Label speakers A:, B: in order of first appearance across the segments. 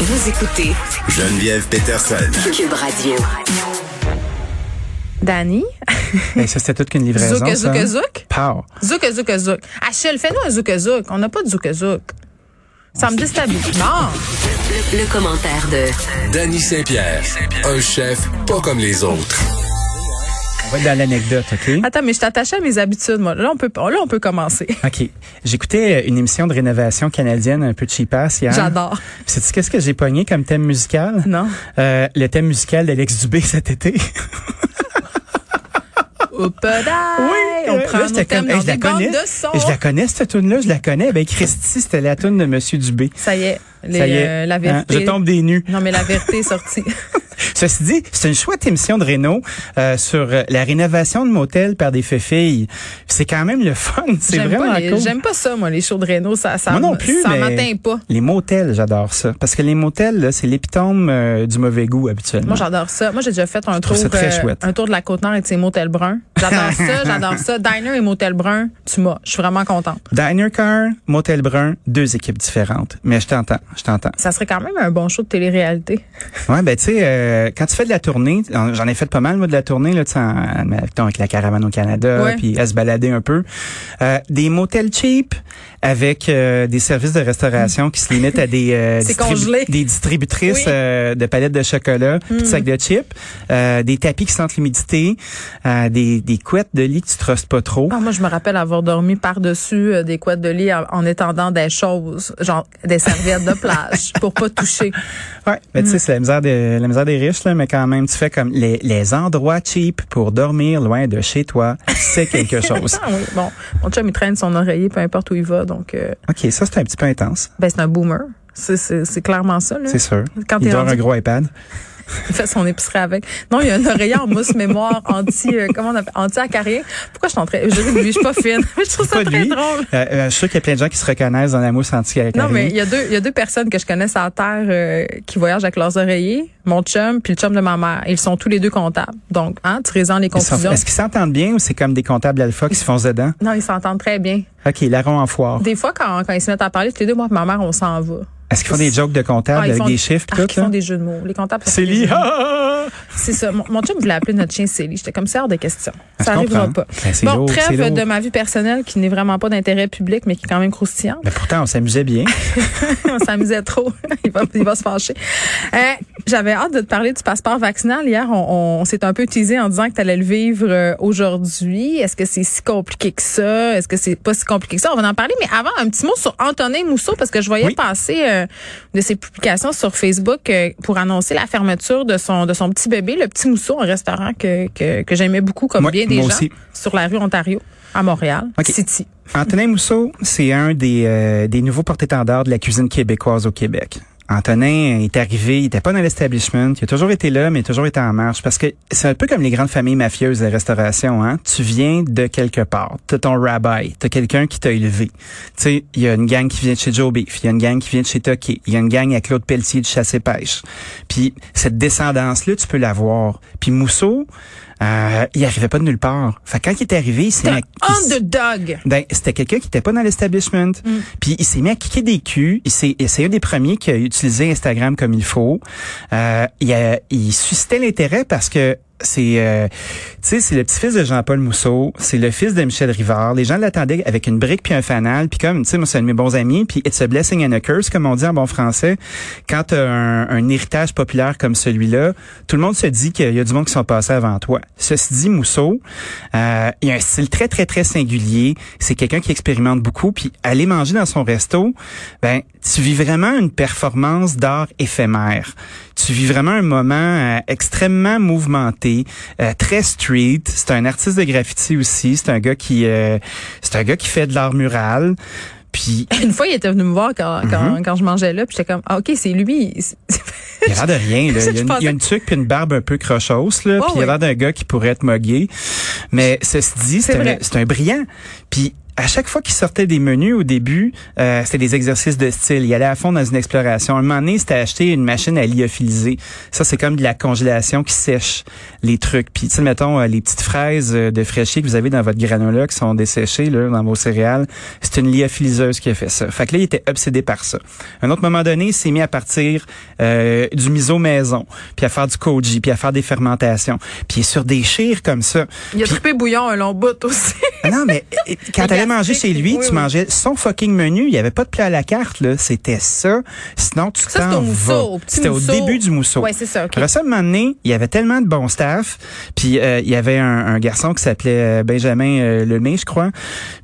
A: Vous écoutez
B: Geneviève Peterson.
A: Cube Radio.
C: Dani,
D: Hey, ça, c'était toute qu'une livraison.
C: zouk,
D: ça.
C: zouk, zouk.
D: Pow.
C: Zouk, zouk, zouk. Achille, fais-nous un zouk, zouk. On n'a pas de zouk, zouk. Ça me déstabilise. Non.
A: Le, le commentaire de
E: Danny Saint-Pierre, un chef pas comme les autres.
D: On va être dans l'anecdote, OK?
C: Attends, mais je t'attachais à mes habitudes, moi. Là, on peut, là, on peut commencer.
D: OK. J'écoutais euh, une émission de rénovation canadienne un peu cheapass hier.
C: J'adore.
D: C'est tu qu'est-ce que j'ai pogné comme thème musical?
C: Non.
D: Euh, le thème musical d'Alex Dubé cet été.
C: Oupada.
D: Euh,
C: on
D: là,
C: prend
D: j'étais
C: nos thèmes
D: comme, hey,
C: dans
D: je la
C: des bandes
D: connais.
C: de son.
D: Je la connais cette tune là, je la connais. Ben Christy, c'était la tune de Monsieur Dubé.
C: Ça y est. Les,
D: Ça y est.
C: euh, la
D: Hein,
C: vérité.
D: je tombe des nues.
C: Non, mais la vérité est sortie.
D: Ceci dit, c'est une chouette émission de Renault euh, sur euh, la rénovation de motels par des filles. C'est quand même le fun. C'est
C: J'aime
D: vraiment
C: pas les-
D: cool.
C: J'aime pas ça, moi, les shows de Renault. Ça, ça,
D: Moi non
C: me-
D: plus,
C: ça
D: mais
C: m'atteint pas.
D: Les motels, j'adore ça. Parce que les motels, là, c'est l'épitome euh, du mauvais goût habituellement.
C: Moi, j'adore ça. Moi, j'ai déjà fait un tour, euh,
D: trouve ça très chouette.
C: un tour de la Côte-Nord et de ses motels bruns. J'adore ça, j'adore ça. Diner et motel brun, tu m'as. Je suis vraiment contente.
D: Diner Car, Motel Brun, deux équipes différentes. Mais je t'entends, je t'entends.
C: Ça serait quand même un bon show de télé-réalité.
D: Ouais, ben tu sais, euh, quand tu fais de la tournée, en- j'en ai fait pas mal moi de la tournée là, tu sais, en- en- mettons, avec la caravane au Canada,
C: Ouais.
D: puis à se balader un peu. Euh, des motels cheap avec euh, des services de restauration qui se limitent à des euh,
C: C'est
D: distribu-
C: congelé.
D: des distributrices
C: Oui. Mm.
D: euh, de palettes de chocolat, puis de sacs de chips, euh, des tapis qui sentent l'humidité, euh, des des couettes de lit que tu trustes pas trop.
C: Ah, moi, je me rappelle avoir dormi par-dessus euh, des couettes de lit en, en étendant des choses, genre des serviettes de plage, pour pas toucher.
D: Ouais, ben,
C: Mm.
D: tu sais, c'est la misère des la misère des riches là, mais quand même tu fais comme les les endroits cheap pour dormir loin de chez toi, c'est quelque chose.
C: Ah oui, bon, mon chum, il traîne son oreiller, peu importe où il va, donc euh,
D: OK, ça, c'est un petit peu intense.
C: ben, c'est un boomer. C'est- C'est c'est clairement ça. Là.
D: C'est sûr.
C: Quand
D: il
C: t'es
D: doit avoir
C: rendu
D: un gros iPad.
C: Il fait son épicerie avec. Non, il y a un oreiller en mousse mémoire anti, euh, comment on appelle, anti-acarien. Pourquoi je suis en train, je dis lui, je suis pas fine. Mais je trouve ça
D: Pas de
C: très
D: lui.
C: drôle.
D: Euh, euh, je suis sûr qu'il y a plein de gens qui se reconnaissent dans la mousse anti
C: Non, mais il y a deux, il y a deux personnes que je connais à terre, euh, qui voyagent avec leurs oreillers. Mon chum puis le chum de ma mère. Ils sont tous les deux comptables. Donc, hein, tirez-en les conclusions.
D: Est-ce qu'ils s'entendent bien ou c'est comme des comptables alpha qui se foncent dedans?
C: Non, ils s'entendent très bien.
D: OK, larron en foire.
C: Des fois, quand, quand ils se mettent à parler, tous les deux, moi et ma mère, on s'en va.
D: Est-ce qu'ils font des jokes de comptables
C: Ah, ils
D: avec
C: font-
D: des chiffres pis
C: ah,
D: tout, hein?
C: ils font
D: là?
C: des jeux de mots. Les comptables, ça fait
D: C'est
C: des jeux
D: lié.
C: de mots. C'est ça. Mon, mon chum voulait appeler notre chien Célie. J'étais comme ça hors de question.
D: Ah,
C: Ça
D: je
C: n'arrivera
D: comprends.
C: pas.
D: Ben, c'est
C: bon,
D: lourd, c'est
C: trêve
D: lourd.
C: de ma vie personnelle qui n'est vraiment pas d'intérêt public, mais qui est quand même croustillante.
D: Mais pourtant, on s'amusait bien.
C: on s'amusait trop. il, va, il va se fâcher. Euh, J'avais hâte de te parler du passeport vaccinal. Hier, on, on s'est un peu teasé en disant que tu allais le vivre euh, aujourd'hui. Est-ce que c'est si compliqué que ça? Est-ce que c'est pas si compliqué que ça? On va en parler. Mais avant, un petit mot sur Antonin Mousseau, parce que je voyais
D: Oui.
C: passer euh, de ses publications sur Facebook euh, pour annoncer la fermeture de son de son petit bébé, le petit Mousseau, un restaurant que, que, que j'aimais beaucoup, comme
D: Moi-
C: bien des
D: moi
C: gens,
D: aussi.
C: sur la rue Ontario, à Montréal,
D: Ok.
C: City.
D: Antonin Mousseau, c'est un des, euh, des nouveaux porte-étendards de la cuisine québécoise au Québec. Antonin euh, est arrivé, il était pas dans l'establishment, il a toujours été là, mais il a toujours été en marche. Parce que c'est un peu comme les grandes familles mafieuses de la restauration, hein. Tu viens de quelque part. T'as ton rabbi, t'as quelqu'un qui t'a élevé. Tu sais, il y a une gang qui vient de chez Joe Beef, il y a une gang qui vient de chez Tucky, il y a une gang à Claude Pelletier de Chasse et Pêche. Puis cette descendance-là, tu peux l'avoir. Puis Mousseau, euh, il arrivait pas de nulle part. Fait que quand il est arrivé, il s'est...
C: T'es un
D: mis à- il s-
C: underdog.
D: ben, c'était quelqu'un qui n'était pas dans l'establishment. Puis il s'est mis à kicker des culs. Il s'est, et c'est un des premiers qui a utilisé Instagram comme il faut. Euh, il, a- il suscitait l'intérêt parce que C'est, euh, tu sais, c'est le petit-fils de Jean-Paul Mousseau, c'est le fils de Michel Rivard. Les gens l'attendaient avec une brique puis un fanal, puis comme, tu sais, moi, c'est un de mes bons amis, puis it's a blessing and a curse, comme on dit en bon français. Quand t'as un, un héritage populaire comme celui-là, tout le monde se dit qu'il y a du monde qui sont passés avant toi. Ceci dit, Mousseau, euh, il a un style très, très, très singulier. C'est quelqu'un qui expérimente beaucoup, puis aller manger dans son resto, ben, tu vis vraiment une performance d'art éphémère. Tu vis vraiment un moment euh, extrêmement mouvementé, euh, très street. C'est un artiste de graffiti aussi. C'est un gars qui, euh, c'est un gars qui fait de l'art mural. Puis
C: Une fois, il était venu me voir quand, quand,
D: Mm-hmm.
C: quand je mangeais là, puis j'étais comme, ah, OK, c'est lui.
D: il a l'air de rien. là.
C: Je
D: Il y a une,
C: pensais-
D: il y a une tuque puis une barbe un peu crochose là.
C: Oh,
D: puis il a l'air d'un gars qui pourrait être mogué. Mais ceci dit,
C: C'est
D: c'est un,
C: vrai.
D: c'est un brillant. Puis à chaque fois qu'il sortait des menus au début, euh, c'était des exercices de style. Il allait à fond dans une exploration. À un moment donné, c'était acheter une machine à lyophiliser. Ça, c'est comme de la congélation qui sèche les trucs. Puis, tu sais, mettons, euh, les petites fraises euh, de fraîchier que vous avez dans votre granola qui sont desséchées là, dans vos céréales, c'est une lyophiliseuse qui a fait ça. Fait que là, il était obsédé par ça. À un autre moment donné, il s'est mis à partir euh, du miso maison, puis à faire du koji, puis à faire des fermentations. Puis il est sur des chires comme ça.
C: Il a trippé bouillon un long bout aussi.
D: Ah non, mais euh, quand t'allais manger chez lui,
C: Oui,
D: tu
C: oui.
D: mangeais son fucking menu. Il y avait pas de plat à la carte, là. C'était ça. Sinon, tu
C: Ça, c'était
D: t'en
C: au mousseau,
D: vas.
C: au petit
D: C'était au
C: mousseau.
D: début du mousseau.
C: Ouais, c'est ça, ok.
D: Après ça, un moment donné, il y avait tellement de bons staff. Puis, euh, il y avait un, un garçon qui s'appelait euh, Benjamin euh, Lemay, je crois.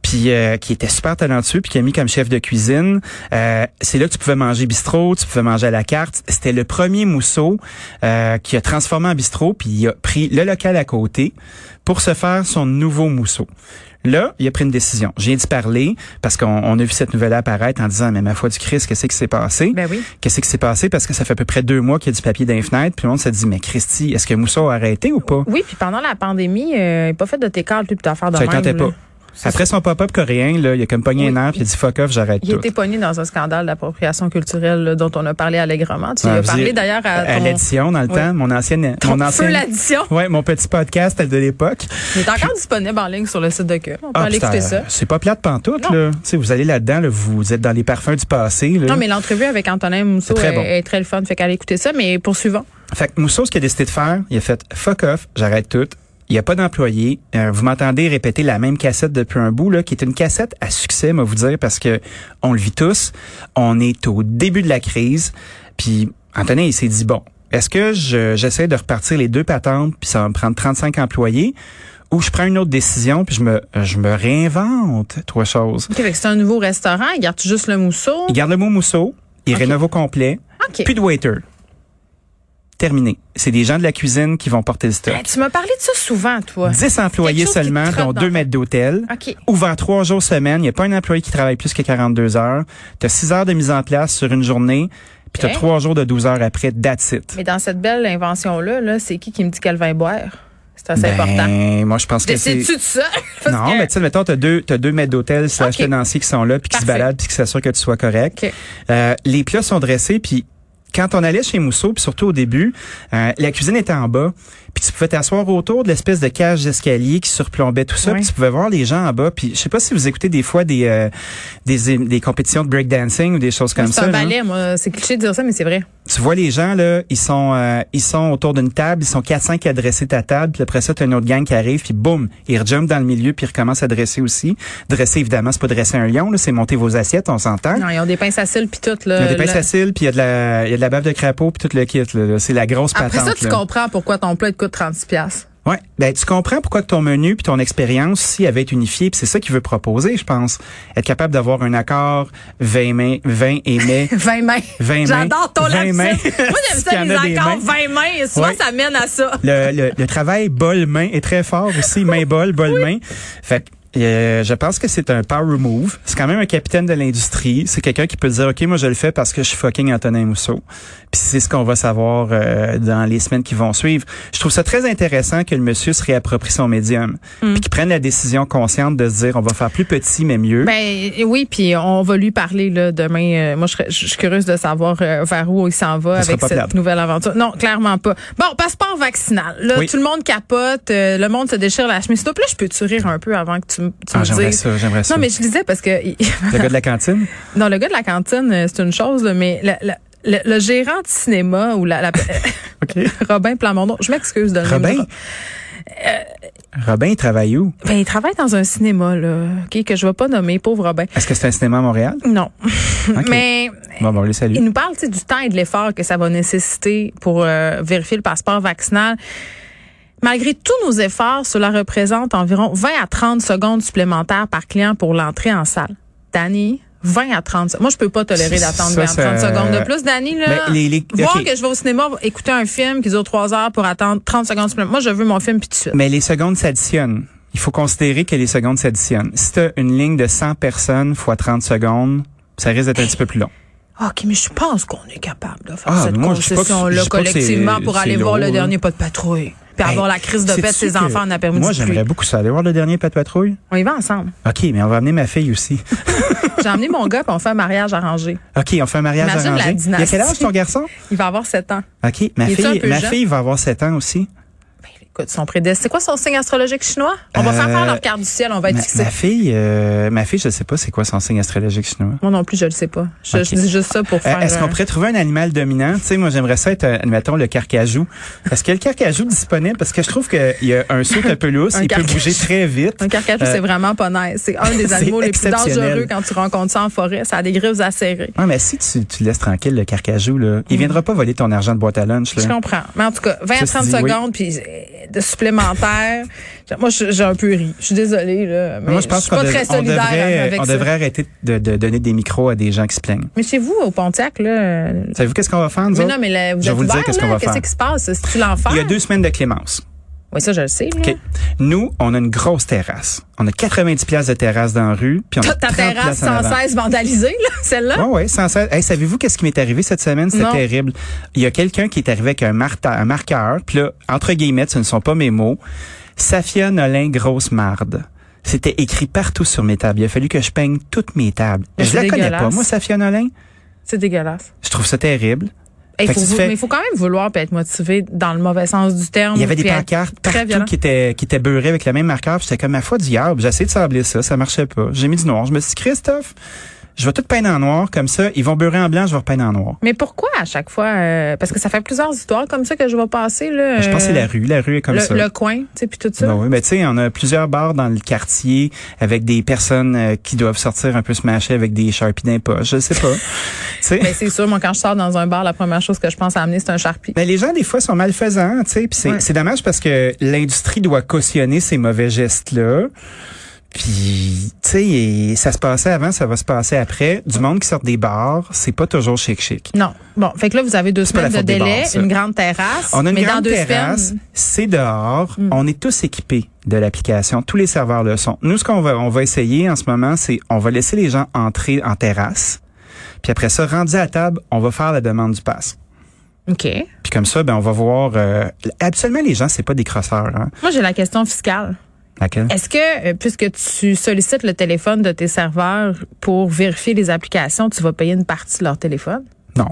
D: Puis, euh, qui était super talentueux, puis qui a mis comme chef de cuisine. Euh, c'est là que tu pouvais manger bistrot, tu pouvais manger à la carte. C'était le premier mousseau euh, qui a transformé en bistrot, puis il a pris le local à côté pour se faire son nouveau mousseau. Là, il a pris une décision. J'ai dû parler parce qu'on on a vu cette nouvelle apparaître en disant, mais ma foi du Christ, qu'est-ce qui s'est passé?
C: Ben oui.
D: Qu'est-ce qui s'est passé? Parce que ça fait à peu près deux mois qu'il y a du papier dans les fenêtres, puis le monde se dit, mais Christy, est-ce que Mousseau a arrêté ou pas?
C: Oui, puis pendant la pandémie, euh, il n'a pas fait de técart, puis d'affaires de
D: ça ne
C: même,
D: tentait
C: là.
D: pas. Après son pop-up coréen, là, il a comme pogné un air, puis il a dit, fuck off, j'arrête
C: Il
D: tout.
C: était pogné dans un scandale d'appropriation culturelle là, dont on a parlé allègrement. Tu y as
D: Ah, vous
C: parlé
D: dire,
C: d'ailleurs à,
D: à
C: ton-
D: l'édition, dans le
C: Oui.
D: temps, mon ancienne,
C: Ton
D: mon
C: feu
D: ancienne,
C: l'addition.
D: ouais, mon petit podcast de l'époque.
C: Il est encore disponible en ligne sur le site de Cœur. On peut
D: Ah,
C: aller
D: putain,
C: écouter ça.
D: C'est pas plate pantoute,
C: Non.
D: là. Tu sais, vous allez là-dedans, là, vous êtes dans les parfums du passé, là.
C: Non, mais l'entrevue avec Antonin Mousseau
D: C'est très
C: est,
D: bon.
C: est très le fun. Fait qu'allez écouter ça, mais poursuivons.
D: Fait que Mousseau, ce qu'il a décidé de faire, il a fait fuck off, j'arrête tout. Il n'y a pas d'employé. Euh, vous m'entendez répéter la même cassette depuis un bout, là, qui est une cassette à succès, moi vous dire, parce que on le vit tous. On est au début de la crise. Puis Antonin, il s'est dit, bon, est-ce que je- j'essaie de repartir les deux patentes, puis ça va me prendre 35 employés, ou je prends une autre décision, puis je me, je me réinvente, trois choses.
C: OK, fait que c'est un nouveau restaurant. Il garde juste le Mousseau.
D: Il garde le mot Mousseau, il rénove au complet,
C: OK.
D: plus de waiter. Terminé. C'est des gens de la cuisine qui vont porter le stock.
C: Ben, tu m'as parlé de ça souvent, toi.
D: 10 employés
C: Quelque chose qui
D: seulement,
C: te trotte
D: dont
C: dans
D: 2
C: ta-
D: mètres d'hôtel.
C: OK.
D: Ouvert trois jours semaine. Il n'y a pas un employé qui travaille plus que 42 heures. Tu as 6 heures de mise en place sur une journée. Puis tu as
C: Ok.
D: 3 jours de 12 heures après. That's it.
C: Mais dans cette belle invention-là, là, c'est qui qui me dit qu'elle va y boire? C'est assez
D: Ben,
C: important.
D: Moi, je pense que c'est...
C: Décides-tu de ça? Parce
D: Non,
C: que-
D: mais tu sais, mettons, t'as deux, t'as deux maîtres d'hôtel slash
C: Ok.
D: tenanciers qui sont là, puis qui se
C: Parfait.
D: baladent, puis qui s'assurent que tu sois correct.
C: Ok.
D: Euh, les plats sont dressés, puis quand on allait chez Mousseau, puis surtout au début, euh, la cuisine était en bas, puis tu pouvais t'asseoir autour de l'espèce de cage d'escalier qui surplombait tout ça,
C: Ouais.
D: puis tu pouvais voir les gens en bas. Puis je sais pas si vous écoutez des fois des euh, des, des compétitions de breakdancing ou des choses comme
C: C'est
D: ça.
C: un
D: là.
C: ballet, moi. C'est cliché de dire ça, mais c'est vrai.
D: Tu vois les gens là, ils sont euh, ils sont autour d'une table, ils sont 4-5 qui adressent ta table, puis après ça t'as une autre gang qui arrive, puis boum, ils rejumpent dans le milieu, puis ils recommencent à dresser aussi. Dresser évidemment, c'est pas dresser un lion là, c'est monter vos assiettes, on s'entend.
C: Non, euh, ils ont des pinces à cils puis tout. Là,
D: Il y a des pinces
C: là.
D: à cils, puis il y a de la il y a de la bave de crapaud, puis tout le kit là, là. c'est la grosse
C: Après
D: patente.
C: ça, tu
D: là.
C: comprends pourquoi ton plat il te coûte 36$. piastres.
D: Ouais, ben tu comprends pourquoi que ton menu puis ton expérience si avait été unifiée, puis c'est ça qu'il veut proposer, je pense, être capable d'avoir un accord 20 mai 20 et mai
C: 20 mains.
D: 20 mains.
C: J'adore ton
D: 20
C: lapsus.
D: mains.
C: Moi, j'aime
D: S'il y
C: ça,
D: en
C: les
D: a des
C: accords
D: mains.
C: 20 mains. Et souvent,
D: Ouais.
C: ça mène à ça.
D: le, le, le travail bol-main est très fort aussi. Main-bol, bol-main. Fait que, euh, je pense que c'est un power move. C'est quand même un capitaine de l'industrie. C'est quelqu'un qui peut dire, OK, moi, je le fais parce que je suis fucking Antonin Mousseau. Puis c'est ce qu'on va savoir euh, dans les semaines qui vont suivre. Je trouve ça très intéressant que le monsieur se réapproprie son médium.
C: Hmm.
D: Puis qu'il prenne la décision consciente de se dire, on va faire plus petit, mais mieux.
C: Ben oui, puis on va lui parler là, demain. Euh, moi, je serais- je suis curieuse de savoir euh, vers où il s'en va
D: Ça sera
C: avec
D: pas
C: cette
D: plate.
C: nouvelle aventure. Non, clairement pas. Bon, passeport vaccinal. Là,
D: Oui.
C: tout le monde capote, euh, le monde se déchire la chemise. S'il te plaît, je peux-tu rire un peu avant que tu, m- tu
D: Ah,
C: me
D: j'aimerais
C: dises?
D: ça, j'aimerais ça.
C: Non, mais je lisais parce que
D: Le gars de la cantine?
C: Non, le gars de la cantine, euh, c'est une chose, là, mais la, la- le, le gérant de cinéma ou la, la-
D: OK.
C: Robin Plamondon, je m'excuse de le nom de-
D: Robin? Robin, il travaille où?
C: Ben, il travaille dans un cinéma, là, OK, que je vais pas nommer, pauvre Robin.
D: Est-ce que c'est un cinéma à Montréal?
C: Non.
D: OK.
C: Mais
D: Bon, bon, les
C: il
D: salut.
C: nous parle tu sais, du temps et de l'effort que ça va nécessiter pour euh, vérifier le passeport vaccinal. Malgré tous nos efforts, cela représente environ 20 à 30 secondes supplémentaires par client pour l'entrée en salle. Danny, 20 à 30 secondes. Moi, je peux pas tolérer
D: Ça,
C: d'attendre 20 à 30
D: ça-
C: secondes de plus. Danny, là,
D: Ben, les- les-
C: voir
D: OK.
C: que je vais au cinéma écouter un film qui dure 3 heures pour attendre 30 secondes supplémentaires. Moi, je veux mon film puis tout de suite.
D: Mais les secondes s'additionnent. Il faut considérer que les secondes s'additionnent. Si tu une ligne de 100 personnes fois 30 secondes, ça risque d'être un petit peu plus long.
C: OK, mais je pense qu'on est capable de faire
D: Ah,
C: cette
D: moi, je sais pas que- je
C: concession-là
D: sais pas que c'est-
C: collectivement pour
D: c'est
C: aller voir
D: lourd,
C: le
D: là.
C: dernier pas de patrouille. Puis avoir la crise de
D: Sais-tu
C: fête, ses
D: que-
C: enfants en après-midi.
D: Moi,
C: de pluie.
D: j'aimerais beaucoup ça. Aller voir le dernier Pat Patrouille.
C: On y va ensemble.
D: OK, mais on va amener ma fille aussi.
C: J'ai emmené mon gars, puis on fait un mariage arrangé.
D: OK, on fait un mariage
C: Imagine la
D: arrangé. Il a
C: dynastie.
D: quel âge ton garçon?
C: Il va avoir 7 ans.
D: OK, ma
C: Il est-tu un
D: fille,
C: peu
D: ma
C: jeune?
D: fille va avoir 7 ans aussi.
C: Ben, écoute, son prédestin. C'est quoi son signe astrologique chinois? On va faire
D: Euh,
C: faire leur carte du ciel, on va être
D: Ma,
C: fixé.
D: ma fille, euh, ma fille, je sais pas c'est quoi son signe astrologique chinois.
C: Moi non plus, je le sais pas. Je,
D: Ok.
C: je dis juste ça pour
D: Euh,
C: faire.
D: Est-ce
C: euh,
D: qu'on pourrait trouver un animal dominant? Tu sais, moi, j'aimerais ça être, euh, admettons, le carcajou. Est-ce que le carcajou est disponible? Parce que je trouve qu'il y a un saut un peu lousse,
C: Un
D: il peut
C: carcajou.
D: bouger très vite.
C: Un carcajou,
D: Euh,
C: c'est vraiment pas nice. C'est un des
D: c'est
C: animaux les plus
D: exceptionnel.
C: dangereux quand tu rencontres ça en forêt. Ça a des griffes acérées.
D: Ouais, Ah, mais si tu, tu laisses tranquille le carcajou, là, il viendra pas voler ton argent de boîte à lunch. Là.
C: Mm. Je comprends. Mais en tout cas, 20 à
D: Ceci
C: 30
D: dit, oui.
C: secondes, puis euh, de supplémentaires. Moi, je- j'ai un peu ri. Je suis désolée, là. Mais
D: Moi, je pense
C: suis
D: qu'on
C: pas
D: dev-
C: très
D: on
C: solidaire
D: devrait,
C: avec
D: on
C: ça.
D: devrait arrêter de, de donner des micros à des gens qui se plaignent.
C: Mais chez vous, au Pontiac, là. euh,
D: Savez-vous qu'est-ce qu'on va faire, nous
C: Mais
D: autres?
C: non, mais là, vous
D: Je
C: êtes
D: vais vous le dire,
C: ouvert,
D: qu'est-ce qu'on
C: là?
D: va faire.
C: Qu'est-ce qui se passe? Mm. C'est tu l'enfer?
D: Il y a deux semaines de clémence.
C: Oui, ça, je le sais. là.
D: OK. Nous, on a une grosse terrasse. On a 90 places de terrasse dans la rue, puis on
C: Ta,
D: a
C: ta
D: 30
C: terrasse
D: places en
C: sans
D: avant.
C: cesse vandalisée, là, celle-là.
D: Ouais, ouais, sans cesse. Hey, savez-vous qu'est-ce qui m'est arrivé cette semaine? C'était
C: Ah. Non.
D: terrible. Il y a quelqu'un qui est arrivé avec un, marta- un marqueur, puis là, entre guillemets, ce ne sont pas mes mots, Safia Nolin grosse marde. C'était écrit partout sur mes tables. Il a fallu que je peigne toutes mes tables.
C: Mais
D: je
C: c'est
D: la connais pas,
C: dégueulasse.
D: moi, Safia Nolin.
C: C'est dégueulasse.
D: Je trouve ça terrible.
C: Hey,
D: Fait
C: faut
D: que tu
C: vou-
D: fais-
C: Mais il faut quand même vouloir puis être motivé dans le mauvais sens du terme.
D: Il y avait des
C: Hum, puis être
D: pancartes
C: très
D: partout
C: violent.
D: qui étaient, qui étaient beurrées avec le même marqueur. Puis J'étais comme, ma foi du diable, j'ai essayé de sabler ça, ça marchait pas. J'ai mis du noir. Je me suis dit, Christophe, je vais tout peindre en noir, comme ça, ils vont beurrer en blanc, je vais repeindre en noir.
C: Mais pourquoi à chaque fois? euh, parce que ça fait plusieurs histoires comme ça que je vais passer. Là,
D: Je pense que c'est
C: euh,
D: la rue. La rue est comme
C: le,
D: ça.
C: le coin, tu sais, puis tout ça.
D: Ben oui, mais tu sais, on a plusieurs bars dans le quartier avec des personnes euh, qui doivent sortir un peu se mâcher avec des sharpies d'un poche. Je sais pas. tu sais.
C: Mais Ben, c'est sûr, moi, quand je sors dans un bar, la première chose que je pense à amener, c'est un charpie.
D: Mais les gens, des fois, sont malfaisants, tu sais. Puis c'est
C: Ouais.
D: c'est dommage parce que l'industrie doit cautionner ces mauvais gestes-là. Puis, tu sais, et ça se passait avant, ça va se passer après. Du monde qui sort des bars, c'est pas toujours chic-chic.
C: Non. Bon, fait que là, vous avez deux
D: pas la
C: semaines de
D: faute des
C: délai,
D: bars, ça.
C: une grande terrasse.
D: On a une
C: mais dans
D: grande
C: deux
D: terrasse,
C: semaines, Mm.
D: c'est dehors. On est tous équipés de l'application. Tous les serveurs le sont. Nous, ce qu'on va, on va essayer en ce moment, c'est on va laisser les gens entrer en terrasse. Puis après ça, rendu à table, on va faire la demande du pass.
C: OK.
D: Puis comme ça, ben on va voir. euh, absolument, les gens, c'est pas des crosseurs. Hein.
C: Moi, j'ai la question fiscale.
D: Laquelle?
C: Est-ce que, euh, puisque tu sollicites le téléphone de tes serveurs pour vérifier les applications, tu vas payer une partie de leur téléphone?
D: Non.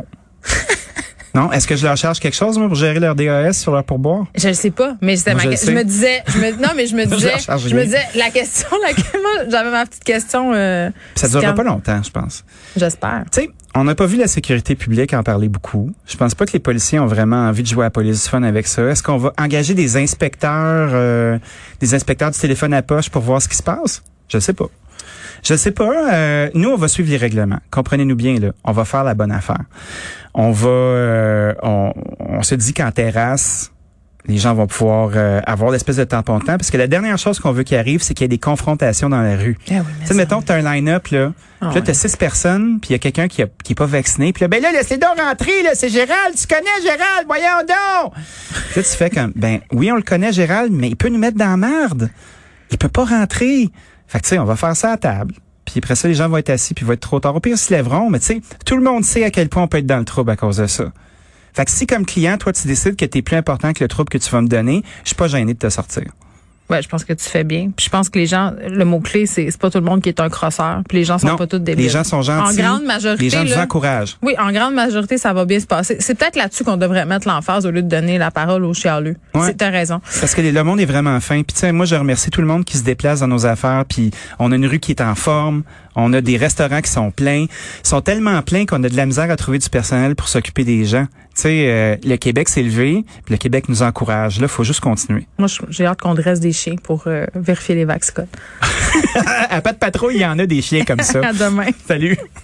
D: non. Est-ce que je leur charge quelque chose moi, pour gérer leur DAS sur leur pourboire?
C: Je le sais pas, mais c'était
D: Moi,
C: ma
D: je le
C: que-
D: sais.
C: me disais, je me, non, mais je me
D: leur
C: disais,
D: charge
C: je me
D: rien.
C: disais, la question, laquelle, moi, j'avais ma petite question, euh,
D: Ça durera
C: fiscale.
D: pas longtemps, je pense.
C: J'espère.
D: Tu sais, on n'a pas vu la sécurité publique en parler beaucoup. Je pense pas que les policiers ont vraiment envie de jouer à la police du fun avec ça. Est-ce qu'on va engager des inspecteurs, euh, des inspecteurs du téléphone à poche pour voir ce qui se passe? Je sais pas. Je sais pas. euh, nous, on va suivre les règlements. Comprenez-nous bien, là. On va faire la bonne affaire. On va, euh, on, on se dit qu'en terrasse, les gens vont pouvoir euh, avoir l'espèce de tampon de temps parce que la dernière chose qu'on veut qu'il arrive, c'est qu'il y ait des confrontations dans la rue.
C: Ah oui, mais
D: Tu sais,
C: ça-
D: mettons, t'as un line-up, là.
C: Ah
D: puis là, t'as
C: ouais.
D: six personnes, puis il y a quelqu'un qui, a- qui est pas vacciné. Puis là, ben là, laisse-les donc rentrer, là. C'est Gérald. Tu connais Gérald, voyons donc. Puis là, tu fais comme, ben oui, on le connaît, Gérald, mais il peut nous mettre dans la merde. Il peut pas rentrer. Fait que, tu sais, on va faire ça à table. Puis après ça, les gens vont être assis, puis il va être trop tard. Au pire, ils se lèveront, mais tu sais, tout le monde sait à quel point on peut être dans le trouble à cause de ça. Fait que si, comme client, toi, tu décides que t'es plus important que le trouble que tu vas me donner, je suis pas gêné de te sortir.
C: Ouais, je pense que tu fais bien. Puis je pense que les gens, le mot clé, c'est c'est pas tout le monde qui est un crosseur. Puis les gens sont
D: non,
C: pas tous débiles.
D: les gens sont gentils.
C: En grande majorité,
D: Les gens nous
C: là,
D: encouragent.
C: Oui, en grande majorité, ça va bien se passer. C'est peut-être là-dessus qu'on devrait mettre l'emphase au lieu de donner la parole aux chialeux.
D: Ouais.
C: C'est T'as raison.
D: Parce que le monde est vraiment fin. Puis tu sais, moi je remercie tout le monde qui se déplace dans nos affaires. Puis on a une rue qui est en forme. On a des restaurants qui sont pleins. Ils sont tellement pleins qu'on a de la misère à trouver du personnel pour s'occuper des gens. Tu sais, euh, le Québec s'est levé, puis le Québec nous encourage. Là, faut juste continuer.
C: Moi, je- j'ai hâte qu'on dresse des chiens pour euh, vérifier les vaccins.
D: à pas de patrouille, il y en a des chiens comme ça.
C: À demain.
D: Salut.